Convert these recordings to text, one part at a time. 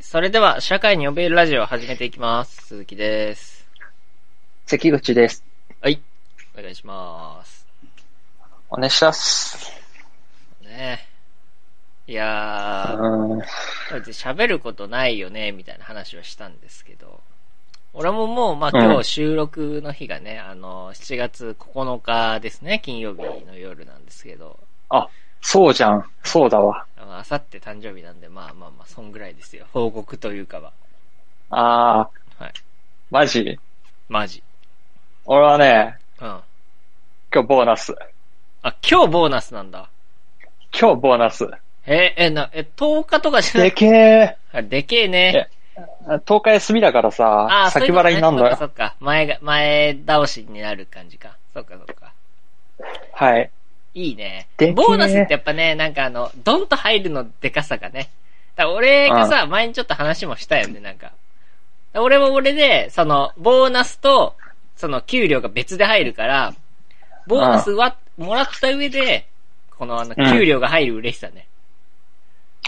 それでは、社会に呼べるラジオを始めていきます。鈴木です。関口です。はい。お願いします。お願いします。ねいあやー、ー喋ることないよね、みたいな話をしたんですけど、俺ももう、まあ、今う日ん収録の日がね、あの、7月9日ですね、金曜日の夜なんですけど、そうじゃん。そうだわ。あさって誕生日なんで、まあまあまあ、そんぐらいですよ。報告というかは。あー。はいマジマジ。俺はね、うん。今日ボーナス。あ、今日ボーナスなんだ。今日ボーナス。え、え、な、え、10日とかじゃなでいけえ。あでけえね。東海休みだからさあ、そうい先うことね払いになんのそよ。っかそっか。前が、前倒しになる感じか。そっかそっか。はい。いいねでけ。えボーナスってやっぱね、なんかあの、ドンと入るのでかさがね。だから俺がさ、前にちょっと話もしたよね、なんか。だから俺も俺で、その、ボーナスと、その、給料が別で入るから、ボーナスは、もらった上で、このあの、うん給料が入る嬉しさね。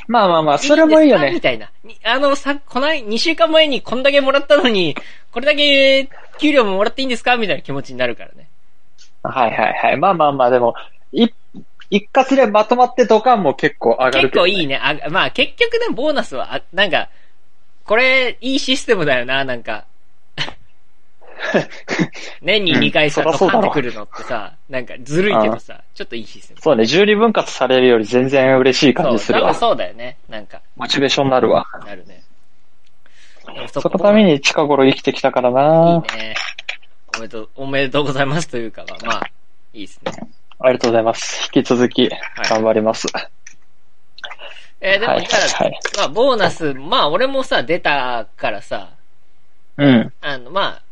まあまあまあ、それもいいよんですかみね。たいな。にあの、さ、こない、2週間前にこんだけもらったのに、これだけ給料ももらっていいんですかみたいな気持ちになるからね。はいはいはい。まあまあまあ、でも、い一括でまとまってドカンも結構上がる結けど構ね、いいね。あまあ結局ね、ボーナスは、あなんか、これ、いいシステムだよな、なん か。年に2回さ、うんそりゃそドカうだンってくろるのってさ、なんかずるいけどさ、ちょっといいシステム。そうね、十二分割されるより全然嬉しい感じすそう、る多わ分。そうだよね。なんか、モチベーションになるわ。なるね。でもそのために近頃生きてきたからないいね。おめでとう、おめでとうございますというかは、まあ、いいですね。ありがとうございます。引き続き、頑張ります。えーでもはいだから、はいまあ、ボーナス、まあ、俺もさ、出たからさ、うん。あの、まあ、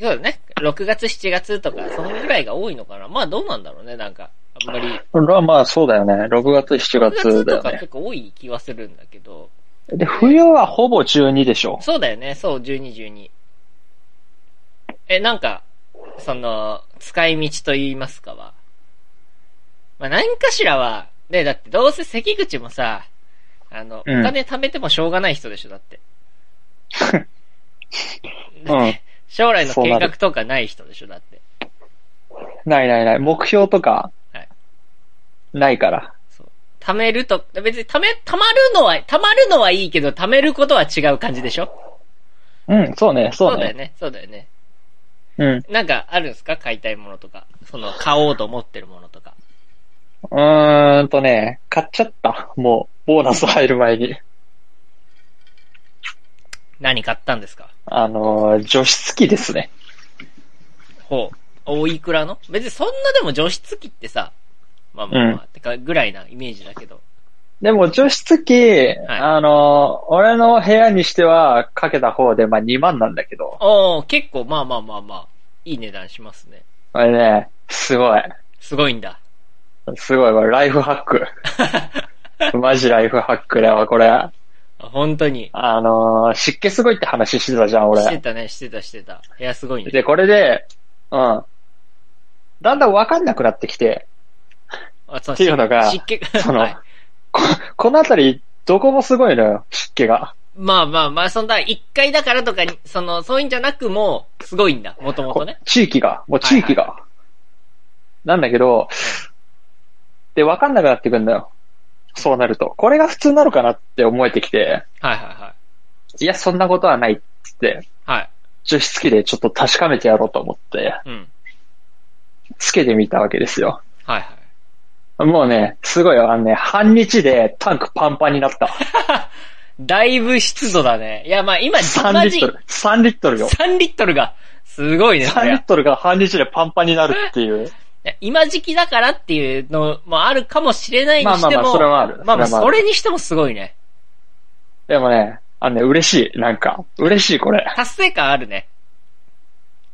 そうだね。6月、7月とか、そのぐらいが多いのかな。まあ、どうなんだろうね、なんか。あんまり。俺はまあそうだよね。6月、7 6月月だとよかね。結構多い気はするんだけど。で、冬はほぼ12でしょ。そうだよね、そう、12、12。え、なんか、その、使い道と言いますかは。まあ、何かしらは、ね、だってどうせ関口もさ、あの、うんお金貯めてもしょうがない人でしょ、だって。 うだってん。 将来のそう計なる画とかない人でしょ、だって。ないないない。目標とかはい、ないから。貯めると、別に貯め、貯まるのは、貯まるのはいいけど、貯めることは違う感じでしょうん、そうね、そうだよね。ね、そうだよね。うん。なんかあるんですか買いたいものとか。その、買おうと思ってるものとか。うーんとね、買っちゃった。もう、ボーナス入る前に。 何買ったんですかあのー、除湿機ですね。ほう。おいくらの別にそんなでも除湿機ってさ、まあまあまあ、てかぐらいなイメージだけど。でも除湿機、はいあのー、俺の部屋にしてはかけた方で、まあ2万なんだけど。おー、結構まあまあまあまあ、いい値段しますね。これね、すごい。すごいんだ。すごいわ、ライフハック。 マジライフハックだわ、これ。あ本当に。あのー、湿気すごいって話してたじゃん、して俺。たね、してたしてた。部屋すごいね。で、これで、うん。だんだんわかんなくなってきて、あ、そうっていうのが湿気が、そのはいこ、このあたり、どこもすごいのよ、湿気が。まあまあまあ、そんな、一回だからとかに、その、そういうんじゃなくも、すごいんだ、もともとこね。地域が、もう地域が。なんだけど、で、わかんなくなってくんだよ。そうなると。これが普通なのかなって思えてきて、はいはいはい。いや、そんなことはないっつって、はい。除湿機でちょっと確かめてやろうと思って、うん。つけてみたわけですよ。はいはい。もうね、すごいよ。あのね、半日でタンクパンパンにな った。だいぶ湿度だね。いや、まあ今、 3マリッジトル。3リットルよ。 3リットルが、すごいね、そ3れリはットルが半日でパンパンになるっていう。いや今時期だからっていうのもあるかもしれないにまあましあてまあ、も、それはある。まあまあ、れはそれにしてもすごいね。でもね、あのね、嬉しい。なんか、嬉しい、これ。達成感あるね。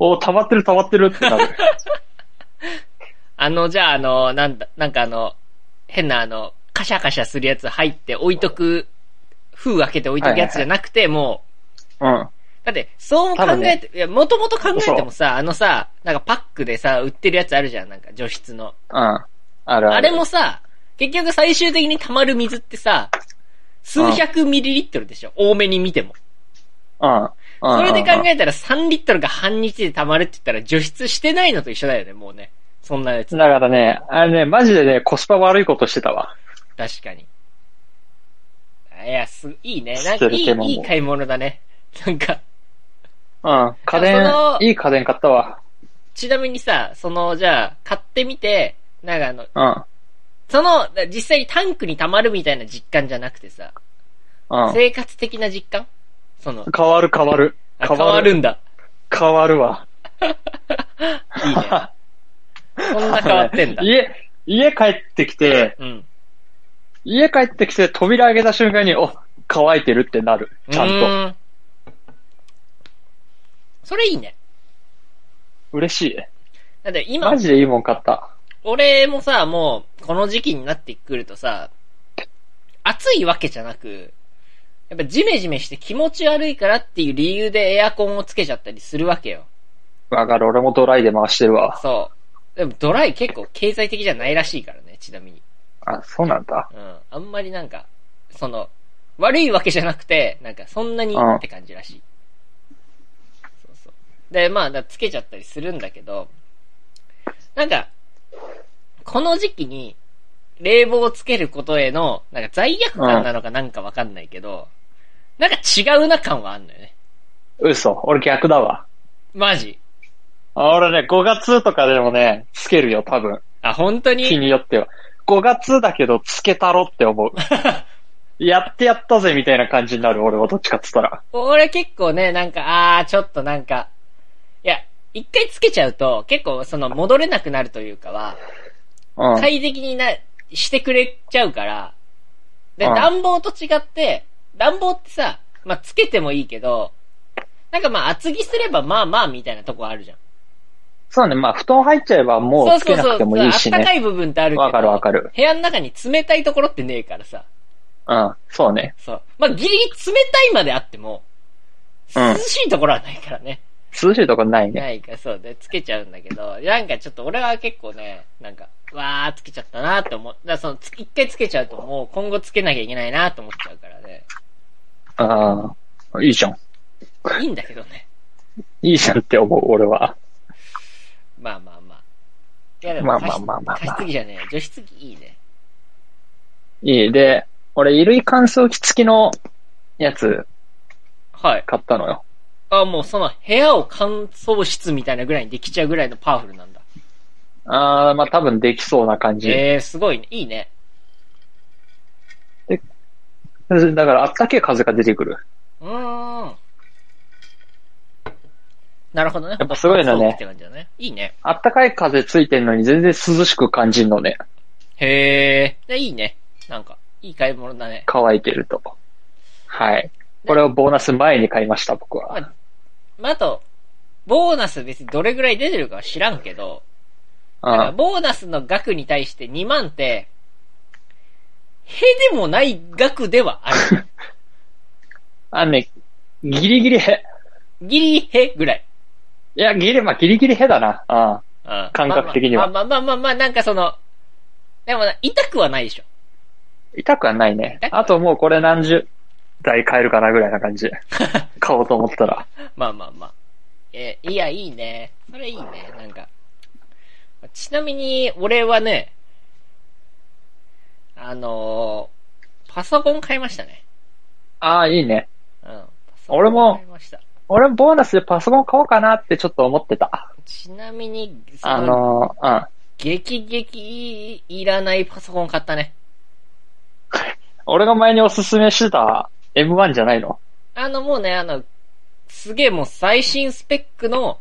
お溜まってる溜まってるって なる。あの、じゃあ、あの、なんだ、なんかあの、変なあの、カシャカシャするやつ入って置いとく、封開けて置いとくやつじゃなくて、もう、うん。だって、そう考多分えて、ねいや、もともと考えてもさ、あのさ、なんかパックでさ、売ってるやつあるじゃん、なんか除湿の。うん。あるある。あれもさ、結局最終的に溜まる水ってさ、数百ミリリットルでしょ。多めに見ても。うん。うんそれで考うんえたら3リットルが半日で溜まるって言ったら除湿してないのと一緒だよね、もうね。そんなやつ。だからね、あれね、マジでね、コスパ悪いことしてたわ。確かに。いや、す、いいね。なん捨かているい手間も、いい買い物だね。なんか、うん。家いやその電、いい家電買ったわ。ちなみにさ、その、じゃあ、買ってみて、なんかあの、うその、実際にタンクに溜まるみたいな実感じゃなくてさ、ん。うん。生活的な実感その、変わる変わる。あ変わるんだ。変わ るわ。いいね。そんな変わってんだ。家、家帰ってきて、うん。家帰ってきて扉開けた瞬間に、お、乾いてるってなる。ちゃんうと。ーんそれいいね。嬉しい。だって今マ、ジでいいもん買った。俺もさ、もう、この時期になってくるとさ、暑いわけじゃなく、やっぱジメジメして気持ち悪いからっていう理由でエアコンをつけちゃったりするわけよ。わかる、俺もドライで回してるわ。そう。でもドライ結構経済的じゃないらしいからね、ちなみに。あ、そうなんだ。うん。あんまりなんか、その、悪いわけじゃなくて、なんかそんなにうんって感じらしい。そうそう。で、まあ、だつけちゃったりするんだけど、なんか、この時期に冷房をつけることへの、なんか罪悪感なのかなんかわかんないけど、なんか違うな感はあんのよね。嘘、俺逆だわ。マジ。あ俺ね、5月とかでもね、つけるよ、多分。あ、本当日にによっては。5月だけど、つけたろって 思う。やってやったぜ、みたいな感じになる、俺はどっちかっつったら。俺結構ね、なんか、あー、ちょっとなんか、いや、一回つけちゃうと、結構その戻れなくなるというかは、うん。快適にな、してくれちゃうから、で、うん暖房と違って、暖房ってさ、まあ、つけてもいいけど、なんかまあ、厚着すればまあまあみたいなとこあるじゃん。そうね、まあ、布団入っちゃえばもうつけなくてもいいしあったかね。い部分ってあるけど、わかるわかる部屋の中に冷たいところってねえからさ、うん、そうね。そう。まあ、ギリギリ冷たいまであっても、うん涼しいところはないからね。涼しいとこない ね。ないか、そうで、つけちゃうんだけど、なんかちょっと俺は結構ね、なんか、わー、つけちゃったなーって思う。だからその、つ一回つけちゃうともう今後つけなきゃいけないなーと思っちゃうからね。ああ、いいじゃん。いいんだけどね。いいじゃんって思う、俺は。まあまあまあ。いやまあ加湿まあまあまあまあ加湿器じゃねえ。除湿器いいね。いい。で、俺、衣類乾燥機付きのやつはい。買ったのよ。あ、もうその部屋を乾燥室みたいなぐらいにできちゃうぐらいのパワフルなんだ。ああ、まあ、多分できそうな感じ。えー、すごいね。いいね。だから、あったけえ風が出てくる。うーん。なるほどね。やっぱすごいのね乾燥機って感じだね。いいね。あったかい風ついてんのに全然涼しく感じんのね。へえ。で、いいね。なんか、いい買い物だね。乾いてると。はい。これをボーナス前に買いました、僕まは。あ、まあ、あと、ボーナス別にどれぐらい出てるかは知らんけど、うなんかん。ボーナスの額に対して2万って、へでもない額ではあ る。あのね、ギリギリへ。ギリへぐらい。いや、ギリ、まあ、ギリギリへだな。うん。うん感覚的にはまあまあまあまあまあまあ、なんかその、でもな痛くはないでしょ。痛くはない痛。ねくはないあともうこれ何十台買えるかなぐらいな感じ。 買おうと思ったら。まあまあまあ。えーいや、いいね。それいいね、なんか。ちなみに、俺はね、あのーパソコン買いましたね。ああ、いいね。うん。パソコン俺も買いました。俺もボーナスでパソコン買おうかなってちょっと思ってた。ちなみに、そのあのー、うん。激激いらないパソコン買ったね。俺が前におすすめしてた M1 じゃないのあの、もうね、あの、すげえもう最新スペックの、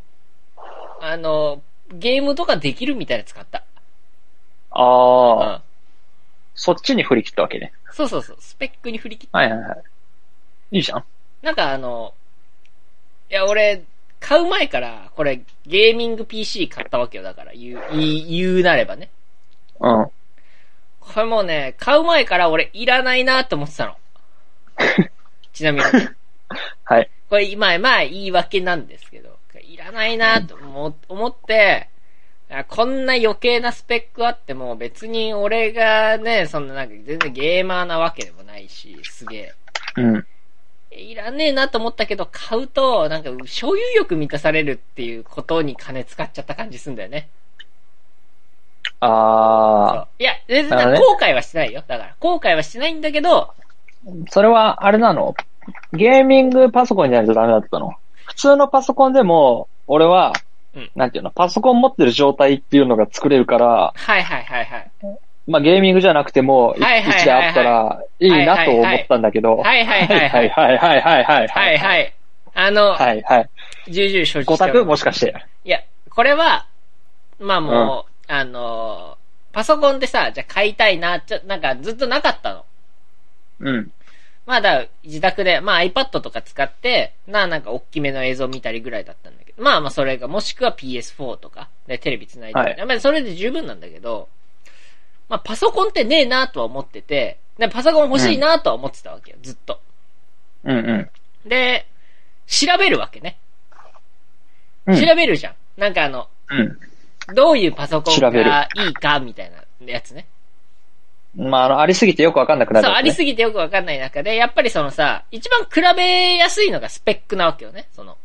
あの、ゲームとかできるみたいなやつ買った。うああ、ん。そっちに振り切ったわけね。そうそうそう、スペックに振り切っはいはいはい。いいじゃん。なんかあの、いや、俺、買う前から、これ、ゲーミング PC 買ったわけよ、だから、言う、言い言うなればね。うん。これもうね、買う前から俺、いらないなって思って たの。ちなみに、ね、はい。これ、まあまあ、言い訳なんですけど、いらないなと思思って、あこんな余計なスペックあっても別に俺がね、そんななんか全然ゲーマーなわけでもないし、すげえ。うん。えいらねえなと思ったけど、買うと、なんか、所有欲満たされるっていうことに金使っちゃった感じすんだよね。あいや、全なるほ然どね後悔はしてないよ。だから、後悔はしてないんだけど、ー、それはあれなのゲーミングパソコンじゃないとダメだったの普通のパソコンでも、俺は、うんなんていうの、パソコン持ってる状態っていうのが作れるから、はいはいはいはい。まあゲーミングじゃなくても、一はいはいはいはい一台あったらいいなと思ったんだけど、はいはいははいいははいい。はいはいはいはい。はいい。はい。あの、はいはい。重々承知ごしており択まもしかして。すいや、これは、まあもう、あの、パソコンでさ、じゃあ買いたいな、ちょ、なんかずっとなかったの。うん。まあだから、自宅で、まあ iPad とか使って、なあなんか大きめの映像見たりぐらいだったんだけど、まあまあそれが、もしくは PS4 とか、でテレビ繋いで、はいやっぱりそれで十分なんだけど、まあパソコンってねえなとは思ってて、でパソコン欲しいなとは思ってたわけよ、ずっと。うんうん。で、調べるわけね。うん調べるじゃん。なんかあの、どういうパソコン調べるがいいかみたいなやつね。うん。まあ、あの、ありすぎてよくわかんなくなる、そう、ありぎすぎてよくわかんない中で、やっぱりそのさ、一番比べやすいのがスペックなわけよね、その。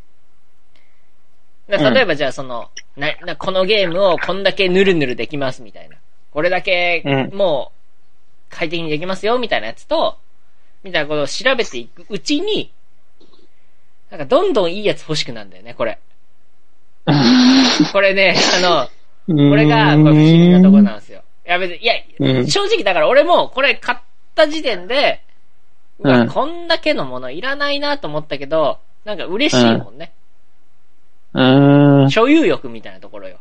だから例えばじゃあその、なな、このゲームをこんだけヌルヌルできますみたいな。これだけ、うもう、快適にできますよみたいなやつと、みたいなことを調べていくうちに、なんかどんどんいいやつ欲しくなるんだよね、これ。これね、あの、てこれが、これ不思議なところんなんですよ。いや、別に、いや、うん正直だから俺もこれ買った時点で、ううわ、んこんだけのものいらないなと思ったけど、なんか嬉しいもんね。うーん。所有欲みたいなところよ。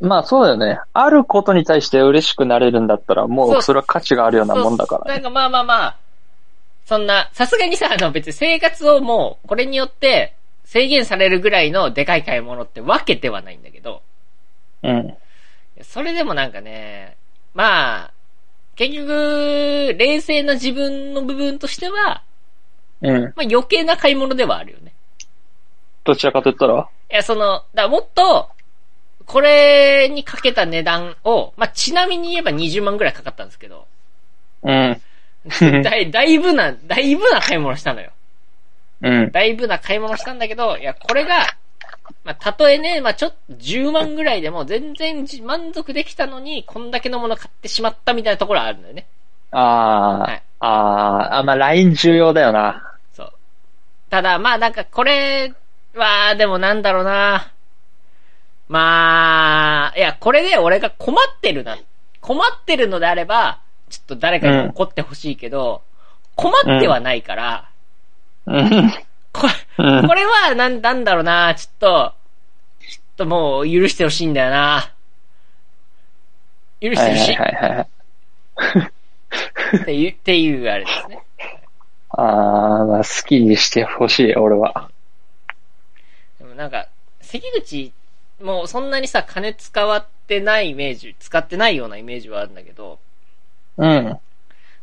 まあ、そうだよね。あることに対して嬉しくなれるんだったら、そもううそれは価値があるようなもんだからそうね。なんかまあまあまあ、そんな、さすがにさ、あの別に生活をもう、これによって制限されるぐらいのでかい買い物ってわけではないんだけど、うん。それでもなんかね、まあ、結局、冷静な自分の部分としては、うん。まあ、余計な買い物ではあるよね。どちらかと言ったらいや、その、だからもっと、これにかけた値段を、まあ、ちなみに言えば20万ぐらいかかったんですけど、 うん。だい、だいぶな、だいぶな買い物したのよ。うん。だいぶな買い物したんだけど、いや、これが、まあ、たとえね、まあ、ちょっと10万ぐらいでも全然じ満足できたのに、こんだけのもの買ってしまったみたいなところはあるんだよね。あはいー。あー。あ、まあ、ライン重要だよな。そう。ただ、まあなんかこれは、でもなんだろうな。まあ、いや、これで俺が困ってるな。困ってるのであれば、ちょっと誰かに怒ってほしいけど、困ってはないから、うん。こ うんこれはなんなんだろうな、ちょっと、ちょっともう許してほしいんだよな。許してはほいはしいいはいっはい。ていう、っていうあれですね。あー、まあ、好きにしてほしい、俺は。でもなんか、関口、もうそんなにさ、金使わってないイメージ、使ってないようなイメージはあるんだけど、うん。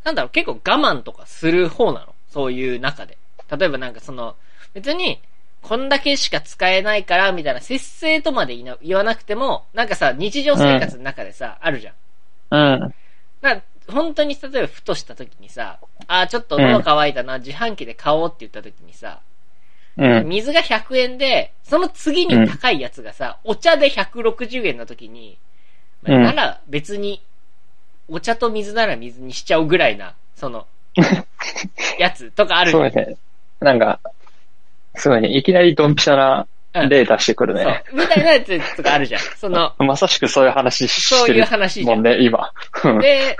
なんだろう、結構我慢とかする方なのそういう中で。例えばなんかその、別に、こんだけしか使えないから、みたいな、節制とまで言いな言わなくても、なんかさ、日常生活の中でさ、あるじゃん。うん。なんか本当に例えばふとした時にさ、あーちょっと喉乾いたな、自販機で買おうって言った時にさ、うん。水が100円で、その次に高いやつがさ、お茶で160円の時に、まあうんなら別に、お茶と水なら水にしちゃうぐらいな、そ の、やつとかあるじそゃ。うんね。なんか、すごいね。いきなりドンピシャなうん例出してくるね。そう。みたいなやつとかあるじゃん。その、まさしくそういう話そしうていうる話じゃもんん。ね、今。 うんで、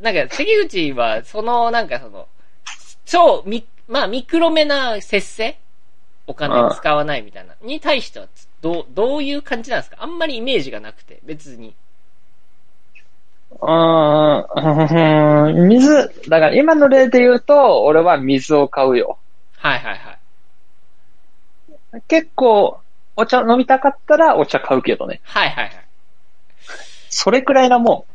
なんか、関口は、その、なんかその、超、み、まあ、ミクロめな節制お金使わないみたいな。に対しては、つどう、どういう感じなんですかあんまりイメージがなくて、別に。あーうん。水、だから今の例で言うと、俺は水を買うよ。はいはいはい。結構、お茶飲みたかったらお茶買うけどね。はいはいはい。それくらいなも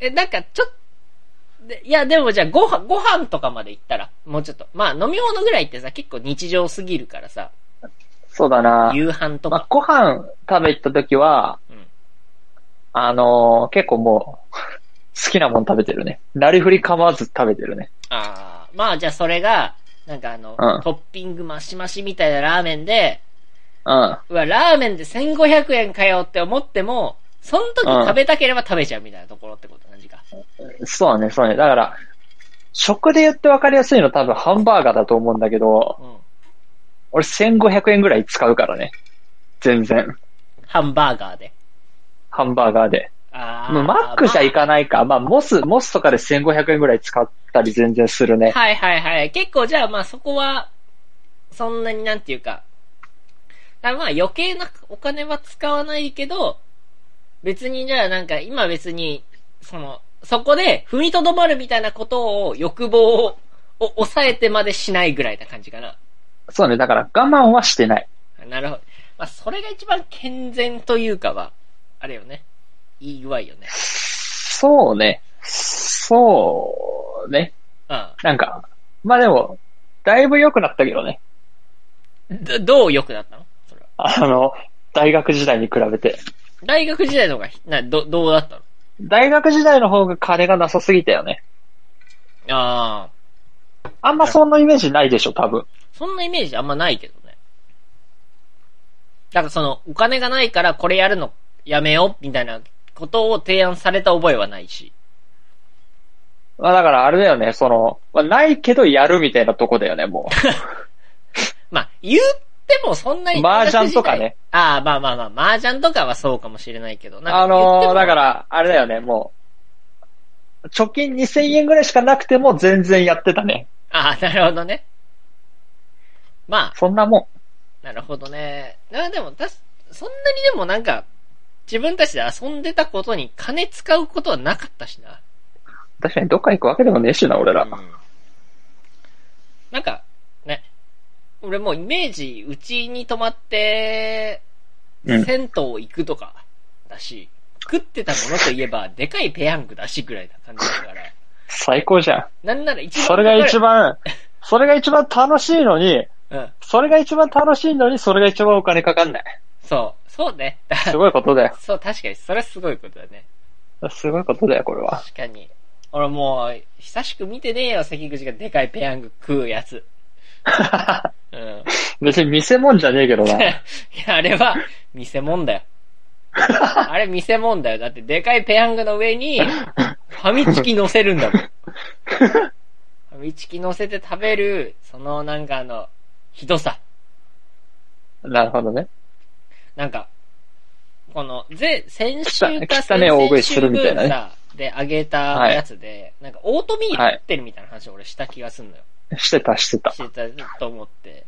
え、なんかちょっでいやでもじゃあご飯、ご飯とかまで行ったら、もうちょっと。まあ飲み物ぐらいってさ、結構日常すぎるからさ、ん。そうだな。夕飯とまあか。、ご飯食べ行った時は、うんあのー結構もう、好きなもん食べてるね。なりふり構わず食べてるね。ああ、まあじゃあそれが、なんかあの、うんトッピングマシマシみたいなラーメンで、うん。うわ、ラーメンで1500円かよって思っても、その時食べたければ食べちゃうみたいなところってことなんじか。そうね、そうね。だから、食で言って分かりやすいの多分ハンバーガーだと思うんだけど、うん。俺1500円ぐらい使うからね。全然。ハンバーガーで。ハンバーガーで。ああ。まあマックじゃいかないか。まあ、モス、モスとかで1500円ぐらい使ったり全然するね。はいはいはい。結構じゃあまあそこは、そんなになんていうか、だからまあ余計なお金は使わないけど、別にじゃあなんか今別に、その、そこで踏みとどまるみたいなことを欲望をを抑えてまでしないぐらいな感じかな。そうね。だから我慢はしてない。なるほど。まあそれが一番健全というかは、あれよね。いい具合よね。そうね。そうね。うなんか、まあでも、だいぶ良くなったけどね。ん。どどう良くなったのそれは。あの、大学時代に比べて。大学時代の方がひ、な、ど、どうだったの大学時代の方が金がなさすぎたよね。ああ。あんまそんなイメージないでしょ、多分。そんなイメージあんまないけどね。だからその、お金がないからこれやるのやめようみたいなことを提案された覚えはないし。まあだからあれだよね、その、まあ、ないけどやるみたいなとこだよね、もう。まあ、言ってもそんなに。麻雀とかね。ああ、まあまあまあ、麻雀とかはそうかもしれないけど。なんか。あのー、だからら、あれだよね、もう。貯金2000円ぐらいしかなくても全然やってたね。ああ、なるほどね。まあ、そんなもなるほどね。なでも、たし、そんなにでもなんか、自分たちで遊んでたことに金使うことはなかったしな。ん。確かにどっか行くわけでもねえしな、俺ら。うんなんか、ね、俺もうイメージ、うちに泊まって、うん銭湯行くとかだし、食ってたものといえば、でかいペヤングだしぐらいな感じだから、最高じゃん。なんなら一番それが一番、番、それが一番楽しいのに、うん、それが一番楽しいのに、それが一番お金かかんない。そう、そうね。すごいことだよ。そう、確かに、それはすごいことだね。すごいことだよ、これは。確かに。俺もう、久しく見てねえよ、関口がでかいペヤング食うやつ。うん。 別に見せ物じゃねえけど な。いや、あれは、見せ物 だよ。あれ見せ物だよ。だって、でかいペヤングの上に、ファミチキ乗せるんだ もん。ファミチキ乗せて食べる、そのなんかあの、ひどさ。なるほどね。なんか、この、ぜ、先週か汚先い大食々いする週みたいな分ねさ、であげたやつで、なんかオートミール食ってるみたいな話を俺した気がするのよ。してた、してたし。てたと思って。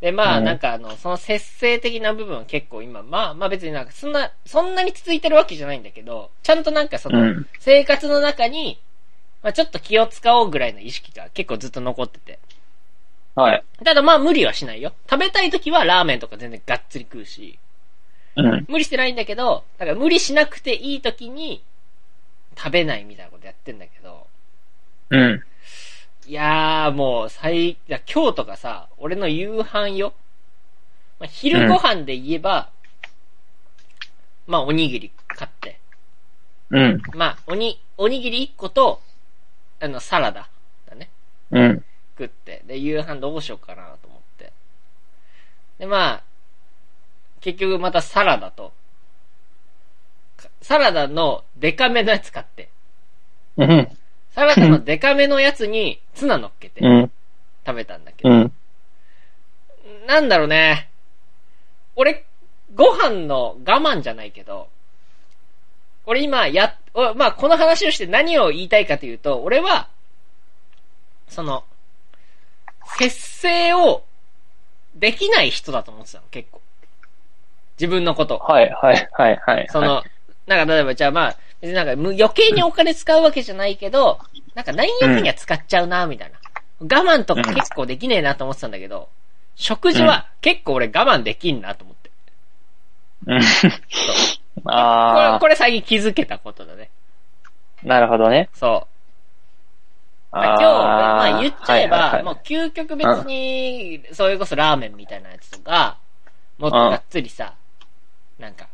で、まあ、うんなんかあの、その節制的な部分は結構今、まあ、まあ別になんか、そんな、そんなに続いてるわけじゃないんだけど、ちゃんとなんかその、うん生活の中に、まあちょっと気を使おうぐらいの意識が結構ずっと残ってて。はい。ただまあ無理はしないよ。食べたい時はラーメンとか全然がっつり食うし、うん。無理してないんだけど、だから無理しなくていい時に、食べないみたいなことやってんだけど、うん。いやーもう最、いや今日とかさ、俺の夕飯よ。まあ、昼ご飯で言えば、まあおにぎり買って。うん。まあおに、おにぎり1個と、あのサラダだね。うん。食って。で、夕飯どうしようかなと思って。で、まあ、結局またサラダと、かサラダのデカめのやつ買って。うん。サラダのデカめのやつにツナ乗っけてうん。食べたんだけどう。ん。なんだろうね。俺、ご飯の我慢じゃないけど、俺今や、おまあこの話をして何を言いたいかというと、俺は、その、節制をできない人だと思ってたの、結構。自分のこと。はい、はい、はい、はい。その、なんか例えばじゃあまあ、別になんかむ余計にお金使うわけじゃないけど、なんか何やかには使っちゃうな、みたいな。我慢とか結構できねえなと思ってたんだけど、食事は結構俺我慢できんなと思って。うん。これ、あこれ最近気づけたことだね。ー、なるほどね。そう。あまあ、今日、まあ言っちゃえば、ももう究極別に、それこそラーメンみたいなやつとか、もっとがっつりさ、なんか、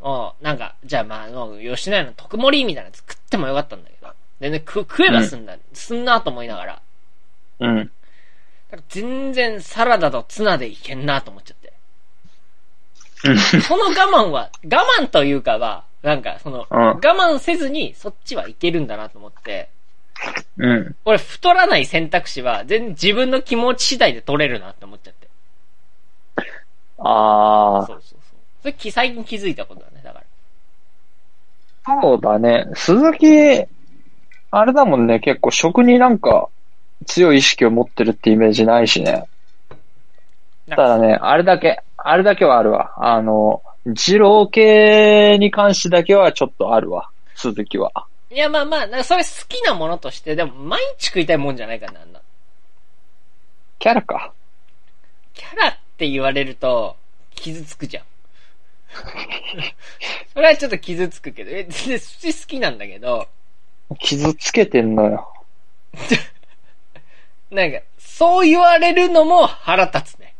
おなんか、じゃあまあ、あの吉野家の特盛りみたいなやつ食ってもよかったんだけど。でね、食食えばすんだ、すんなと思いながら。うん。なんか全然サラダとツナでいけんなと思っちゃって。うんその我慢は、 我慢というかは、なんかその、うん我慢せずにそっちはいけるんだなと思って、うん。これ太らない選択肢は全然自分の気持ち次第で取れるなって思っちゃって。あそうそうそう。それき最近気づいたことだね、だから。あ、そうだね。鈴木、あれだもんね、結構食になんか強い意識を持ってるってイメージないしね。なたんかだね、あれだけ、あれだけはあるわ。あの、二郎系に関してだけはちょっとあるわ。鈴木は。いやまあまあ、なんかそれ好きなものとして、でも毎日食いたいもんじゃないからな、あんな。キャラか。キャラって言われると、傷つく じゃん。それはちょっと傷つくけど、え、全然寿司好きなんだけど、傷つけてんのよ。なんか、そう言われるのも腹立つ ね。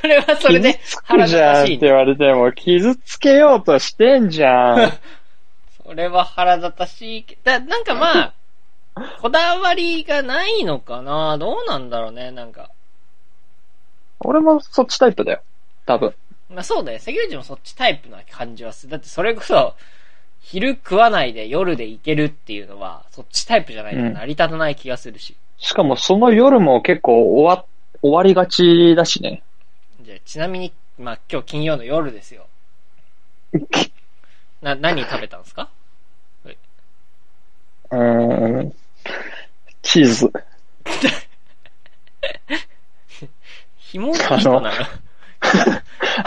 それはそれで傷つ腹く立じゃんたしっていね。言われても、傷つけようとしてんじ ゃん。それは腹立たしいけだ、なんかまあ、こだわりがないのかなどうなんだろうね、なんか。俺もそっちタイプだよ。多分。まあそうだよ。関口もそっちタイプな感じはする。だってそれこそ、昼食わないで夜で行けるっていうのは、そっちタイプじゃないとうん成り立たない気がするし。しかもその夜も結構終わ、終わりがちだしね。じゃあちなみに、まあ今日金曜の夜です よ。な、何食べたんですかうーん。チーズ。紐のいい人なの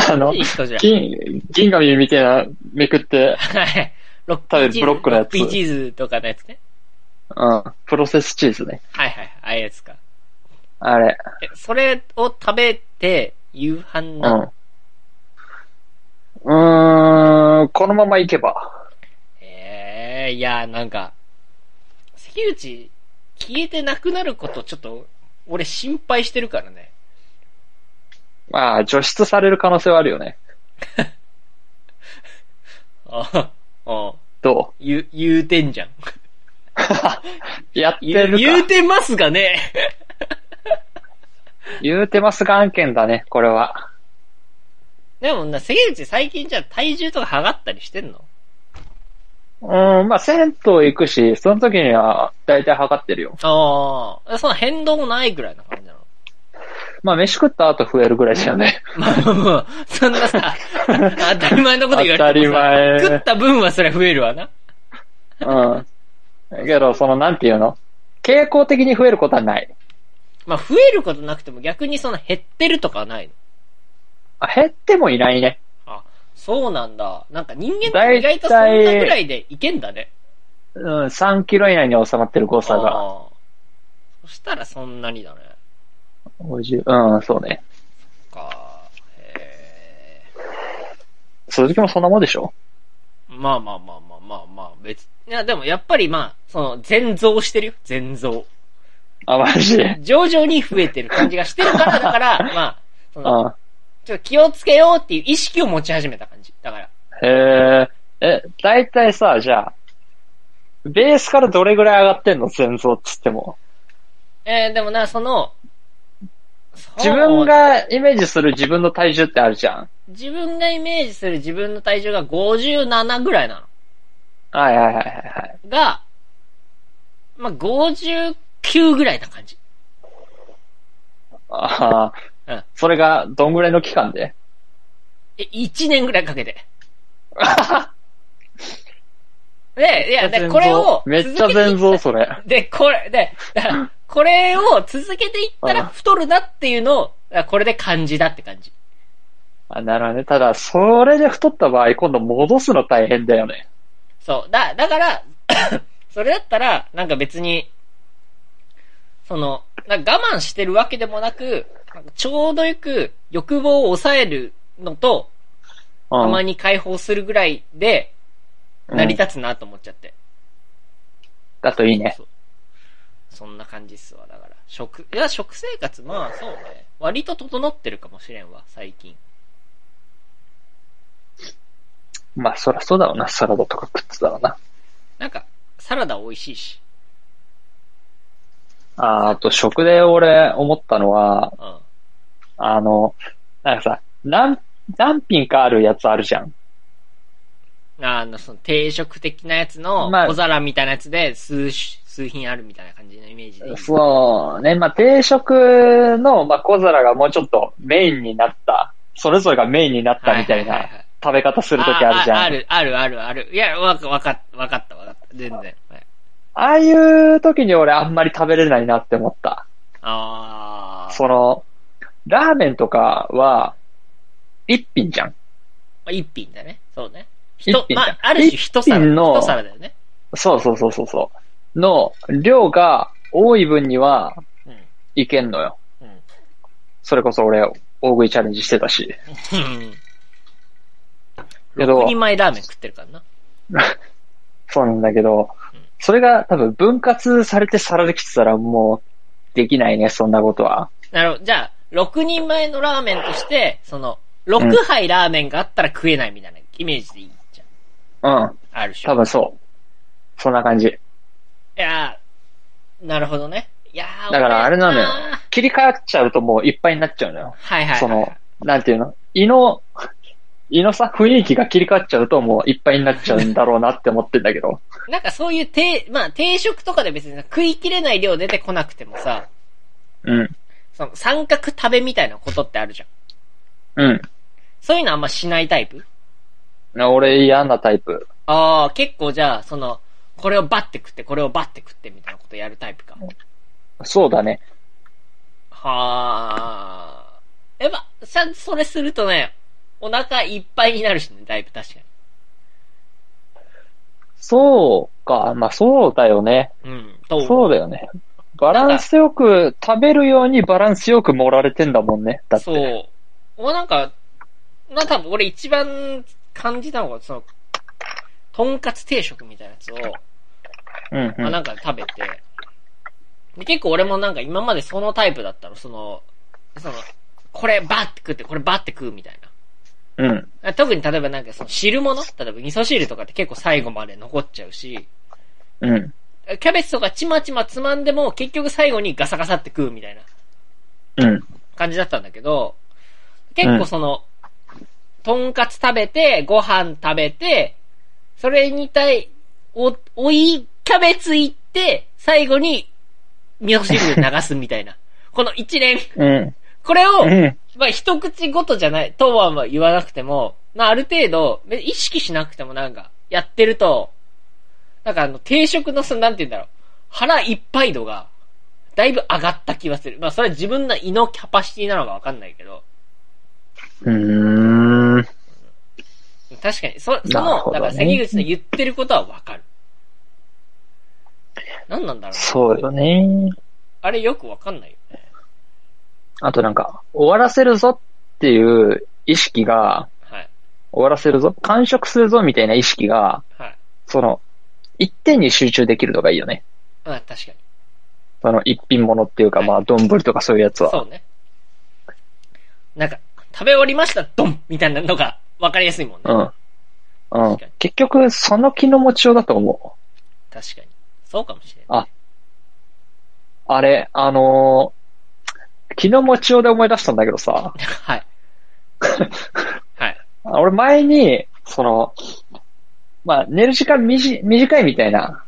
あのいい、人じゃん。銀、銀紙みたいなめくって、はい。ロッ食べピーチるーズ。ブロックのやつロッピーチーズとかのやつね。うん。プロセスチーズね。はいはいはい。ああいうやつか。あれ。え、それを食べて、夕飯うな、のん。うーん、このままいけば。ええいや、なんか、関口、消えてなくなること、ちょっと、俺心配してるからね。まあ、除出される可能性はあるよね。ああ、ど言う、言うてんじゃん。う やって言う、るか言うてますがね。 言うてますが案件だね、これは。でもな、関口最近じゃあ体重とか測ったりしてんのうん、まあ、銭湯行くし、その時には大体測ってるよ。ああ、その変動もないぐらいな感じなの。 まあ、飯食った後増えるぐらいだよね。まあまあまあ、そんな さ、当たり前のこと言われてもさ当たり前食った分はそれ増えるわな。うん。だけど、その、なんていうの傾向的に増えることはない。まあ増えることなくても逆にその減ってるとかはないのあ減ってもいないね。あ、そうなんだ。なんか人間って意外とそんなぐらいでいけんだね。うん、3キロ以内に収まってる誤差が。あーそしたらそんなにだね。 50うん、そうね。かへー鈴木もそんなもんでしょまあまあまあまあまあまあ、別。いや、でもやっぱりまあ、その、全増してるよ。全増。あ、マジで。徐々に増えてる感じがしてるから、だから、 まあ、その、あちょっと気をつけようっていう意識を持ち始めた感じ。だから。へえ。え、だいたいさ、じゃあ、ベースからどれぐらい上がってんの戦争っつっても。えー、でもな、その、自そう分がイメージする自分の体重ってあるじゃん。自分がイメージする自分の体重が57ぐらいなの。はいはいはいはいが、まあ、59ぐらいな感じ。はい。ああ、うん。それがどんぐらいの期間でえ、1年ぐらいかけて。で、いや、で、これを、めっち続ゃ全けてい像っそれ。たで、これ、で、だからこれを続けていったうんら太るなっていうのを、だからこれで感じだって感じ。あ、なるほどね。ただ、それで太った場合、今度戻すの大変だよね。そう。だ、だから、 それだったら、なんか別に、その、なんか我慢してるわけでもなく、なんかちょうどよく欲望を抑えるのと、うん。たまに解放するぐらいで、うん成り立つなと思っちゃって。だといいね。そうそんな感じっすわ、だから。食、いや、食生活、まあそうね。割と整ってるかもしれんわ、最近。まあ、そらそうだろうな。サラダとか食ってたらな。なんか、サラダ美味しいし。あーあと、食で俺思ったのは、うん。あの、なんかさ、何、何品かあるやつあるじゃん。あの、その定食的なやつのまあ小皿みたいなやつで数種、数品あるみたいな感じのイメージでいい。そうね。まあ、定食の、まあ、小皿がもうちょっとメインになった、それぞれがメインになったみたはいはなはは食べ方するときあるじゃん。ある、ある、ある、ある。いや、わか、わかった、わかった、わかった。全然。はい、ああいう時に俺あんまり食べれないなって思った。あー。その、ラーメンとかは、一品じゃん。まあ一品だね。そうね。一一品まだあ、ある種一皿。一品の一皿だよね。そうそうそうそうそう。の、量が多い分にはうん。いけんのよ。うん。それこそ俺、大食いチャレンジしてたし。 けど6人前ラーメン食ってるからな。そうなんだけどうん、それが多分分割されて皿で来てたらもう、できないね、そんなことは。なるほど。じゃあ、6人前のラーメンとして、その、6杯ラーメンがあったら食えないみたいなイメージでいいじゃん。うん。ある種。多分そう。そんな感じ。いやーなるほどね。いやーだからあれなのよ俺は切り替わっちゃうともういっぱいになっちゃうのよ。はいはいはい。その、なんていうの胃の、胃のさ、雰囲気が切り替わっちゃうともういっぱいになっちゃうんだろうなって思ってんだけど。なんかそういう定、まあ定食とかで別に食い切れない量出てこなくてもさ、うん。その三角食べみたいなことってあるじゃん。うん。そういうのあんましないタイプ俺嫌なタイプ。ああ、結構じゃあ、その、これをバッて食って、これをバッて食ってみたいなことやるタイプか。そうだね。はあ。やっぱ、さ、それするとね、お腹いっぱいになるしね、だいぶ確かそうか。まあそうだよね。に。うん。と思そうだよね。バランスよく、食べるようにバランスよく盛られてんだもんね。だって。そう。もうなんか、まあ多分俺一番感じたのが、その、とんかつ定食みたいなやつを、うん、うまあん。なんか食べて、で結構俺もなんか今までそのタイプだったの、その、その、これバッて食って、これバッて食うみたいな。うん。特に例えばなんかその汁物例えば味噌汁とかって結構最後まで残っちゃうし、うん。キャベツとかちまちまつまんでも結局最後にガサガサって食うみたいなうん。感じだったんだけど、結構その、とんかつ食べて、ご飯食べて、それに対、お、おい、キャベツ行って、最後に味噌汁流すみたいな。この一連、うん。これを、うん。まあ、一口ごとじゃない、とはまあ言わなくても、まあ、ある程度、別に意識しなくてもなんか、やってると、なんかあの、定食の、その、なんて言うんだろう、腹いっぱい度が、だいぶ上がった気はする。まあ、それは自分の胃のキャパシティなのかわかんないけど、うーん。確かに、そ、そなるの、ほだどねから関口の言ってることはわかる。なんなんだろうなそうよね。あれよくわかんないよね。あとなんか、終わらせるぞっていう意識が、はい。終わらせるぞ、完食するぞみたいな意識が、はい。その、一点に集中できるのがいいよね。まあ、確かに。その一品物っていうか、はいまあ、丼とかそういうやつは。そうね。なんか、食べ終わりました、ドンみたいなのが、わかりやすいもんね。うん。うん確かに。結局、その気の持ちようだと思う。確かに。そうかもしれない。ああれ、あのー気の持ちようで思い出したんだけどさ、 はい。はい。俺前に、その、まあ、寝る時間みじ短いみたいな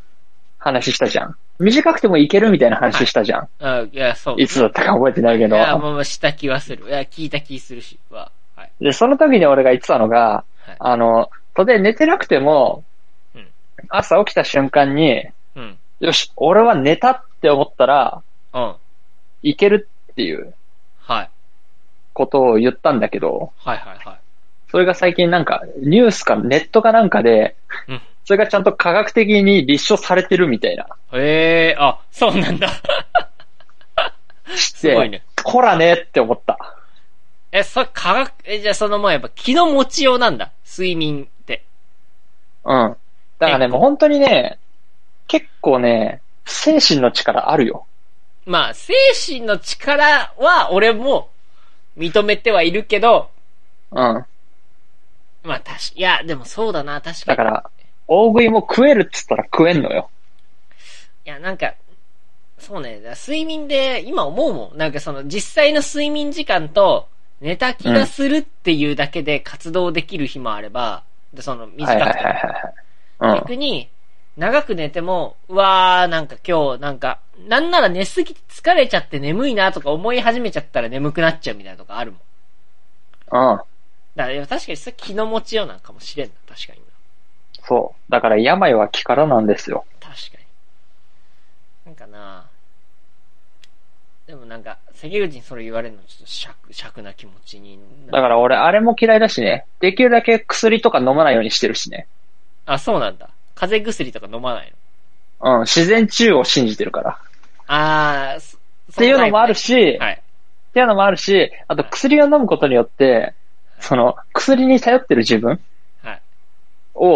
話したじゃん。短くてもいけるみたいな話したじゃん。あいや、そう。いつだったか覚えてないけどい。や、もうした気はする。いや、聞いた気するし、は。はい。で、その時に俺が言ってたのが、はい。あの、とで寝てなくてもうん、朝起きた瞬間に、うん。よし、俺は寝たって思ったら、うん。いけるっていうはい。ことを言ったんだけど、はいはいはい。それが最近なんか、ニュースかネットかなんかでうん、それがちゃんと科学的に立証されてるみたいな。ええー、あ、そうなんだ。しすごいて、ね。こらねって思った。え、それ科学、え、じゃあそのもうやっぱ気の持ちようなんだ。睡眠って。うん。だからね、えもう本当にね、結構ね、精神の力あるよ。まあ、精神の力は俺も認めてはいるけど、うん。まあ、確か、いや、でもそうだな、確かだに。から、大食いも食えるっつったら食えんのよ。いや、なんか、そうね、だから睡眠で、今思うもん。なんかその、実際の睡眠時間と、寝た気がするっていうだけで活動できる日もあれば、でその、はいはい短はくいても。はいはい。うん。逆に、長く寝ても、うわー、なんか今日、なんか、なんなら寝すぎて疲れちゃって眠いなとか思い始めちゃったら眠くなっちゃうみたいなとかあるもん。うん。だから、いや確かにそれ気の持ちようなんかもしれんな、確かに。そう。だから病は気からなんですよ。確かに。なんかなでもなんか、関口にそれ言われるのちょっと尺、尺な気持ちになだから俺、あれも嫌いだしね。できるだけ薬とか飲まないようにしてるしね。あ、そうなんだ。風邪薬とか飲まないの。うん。自然治癒を信じてるから。あー、そっていうのもある、し、そタイっていうのもあるし、あと薬を飲むことによって、その、薬に頼ってる自分プねはい。はい。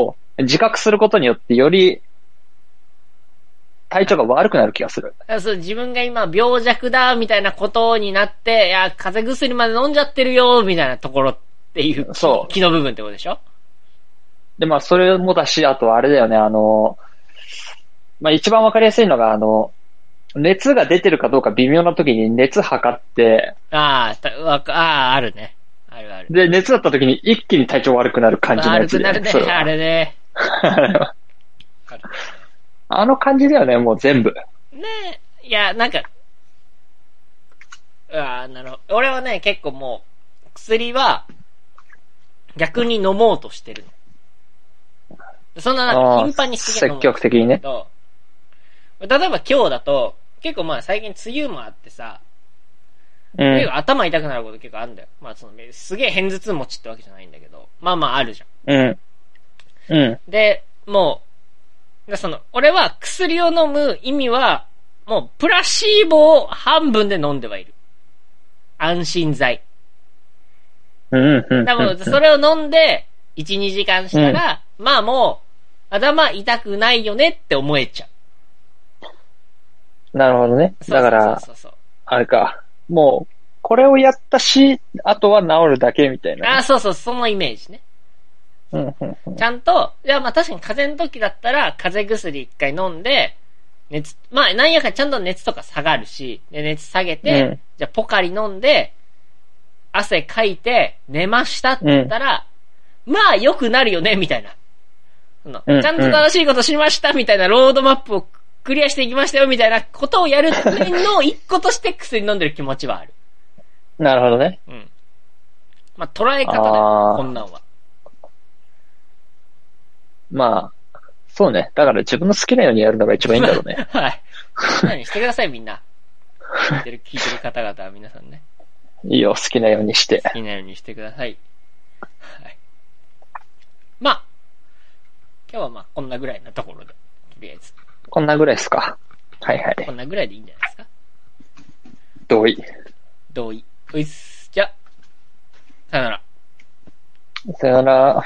を自覚することによって、より、体調が悪くなる気がする。だからそう自分が今病弱だ、みたいなことになって、いや、風邪薬まで飲んじゃってるよ、みたいなところっていう、そう気の部分ってことでしょで、まあ、それもだし、あとあれだよね、あの、まあ、一番わかりやすいのが、あの、熱が出てるかどうか微妙な時に熱測って、あー、たわかあー、あるね。あるある。で、熱だった時に一気に体調悪くなる感じのや悪つくだなよるね、それはあれね。あるあの感じだよね、もう全部。ねえ、いや、なんか、ああ、なるほど。俺はね、結構もう、薬は、逆に飲もうとしてるの。そんな、なんあかあ頻繁にすげえ飲積む極的にね。と、例えば今日だと、結構まあ最近梅雨もあってさ、う結ん構。頭痛くなること結構あるんだよ。まあその、すげえ偏頭痛持ちってわけじゃないんだけど、まあまああるじゃん。うん。うん。で、もう、でその、俺は薬を飲む意味は、もう、プラシーボを半分で飲んではいる。安心剤。うん。うん。だからもう、それを飲んで、1、2時間したら、まあもう、頭痛くないよねって思えちゃう。なるほどね。そうだから、そうそうそうあれか。もう、これをやったし、あとは治るだけみたいそう。あな。あ、そうそう、そのイメージね。うんうんうんちゃんと、いやまあ確かに風邪の時だったら、風邪薬一回飲んで、熱、まあなんやかんやちゃんと熱とか下がるし、で熱下げて、うんじゃあポカリ飲んで、汗かいて、寝ましたって言ったら、まあ良くなるよね、みたいな。そのうんちゃんと正しいことしました、みたいなロードマップをクリアしていきましたよ、みたいなことをやるための一個として薬飲んでる気持ちはある。なるほどね。うん。まあ捉え方だあよー、こんなんは。まあ、そうね。だから自分の好きなようにやるのが一番いいんだろうね。 はい。何してください、みんな。聞いてる、聞いてる方々は皆さんね、いいよ、好きなようにして。好きなようにしてください。はい。まあ、今日はまあ、こんなぐらいなところで、とりあえず。こんなぐらいですか。はいはこい。んなぐらいでいいんじゃないですか同意。同意。ういっす。じゃあ、さよなら。さよなら。